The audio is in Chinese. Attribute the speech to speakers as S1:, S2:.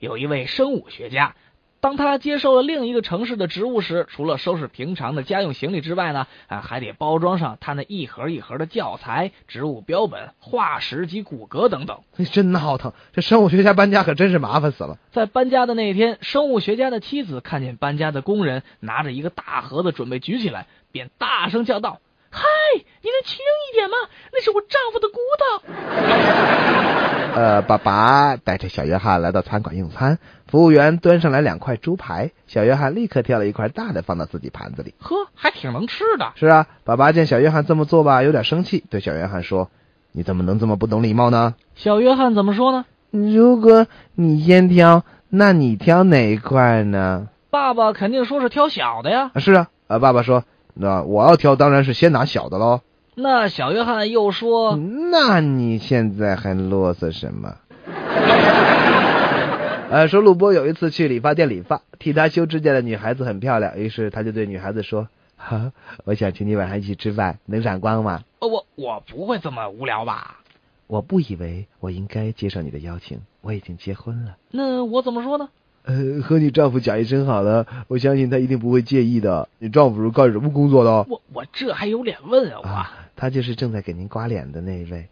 S1: 有一位生物学家，当他接受了另一个城市的职务时，除了收拾平常的家用行李之外呢，啊，还得包装上他那一盒一盒的教材、植物标本、化石及骨骼等等。
S2: 嘿真闹腾，这生物学家搬家可真是麻烦死了。
S1: 在搬家的那一天，生物学家的妻子看见搬家的工人拿着一个大盒子准备举起来，便大声叫道：“嗨，你能轻一点吗？那是我丈夫的骨头。”
S2: 呃，爸爸带着小约翰来到餐馆用餐，服务员端上来两块猪排，小约翰立刻挑了一块大的放到自己盘子里。
S1: 呵，还挺能吃的。
S2: 是啊，爸爸见小约翰这么做吧，有点生气，对小约翰说：“你怎么能这么不懂礼貌呢？
S1: 小约翰怎么说呢？
S2: 如果你先挑，那你挑哪一块呢
S1: 爸爸肯定说是挑小的呀？”。
S2: 啊是啊，呃，爸爸说：“那我要挑，当然是先拿小的喽。
S1: 那小约翰又
S2: 嗯
S1: 说，
S2: 那你现在还啰嗦什么？ 呃，说陆波有一次去理发店理发，替他修指甲的女孩子很漂亮，于是他就对女孩子说：“哈，我想请你晚上一起吃饭，能闪光吗？”
S1: 呃我我不会这么无聊吧？
S2: 我不以为我应该接受你的邀请，我已经结婚了。
S1: 那我怎么说呢？
S2: 呃，和你丈夫讲一声好了，我相信他一定不会介意的。你丈夫是干什么工作的？
S1: 我我这还有脸问啊我？
S2: 啊，他就是正在给您刮脸的那一位。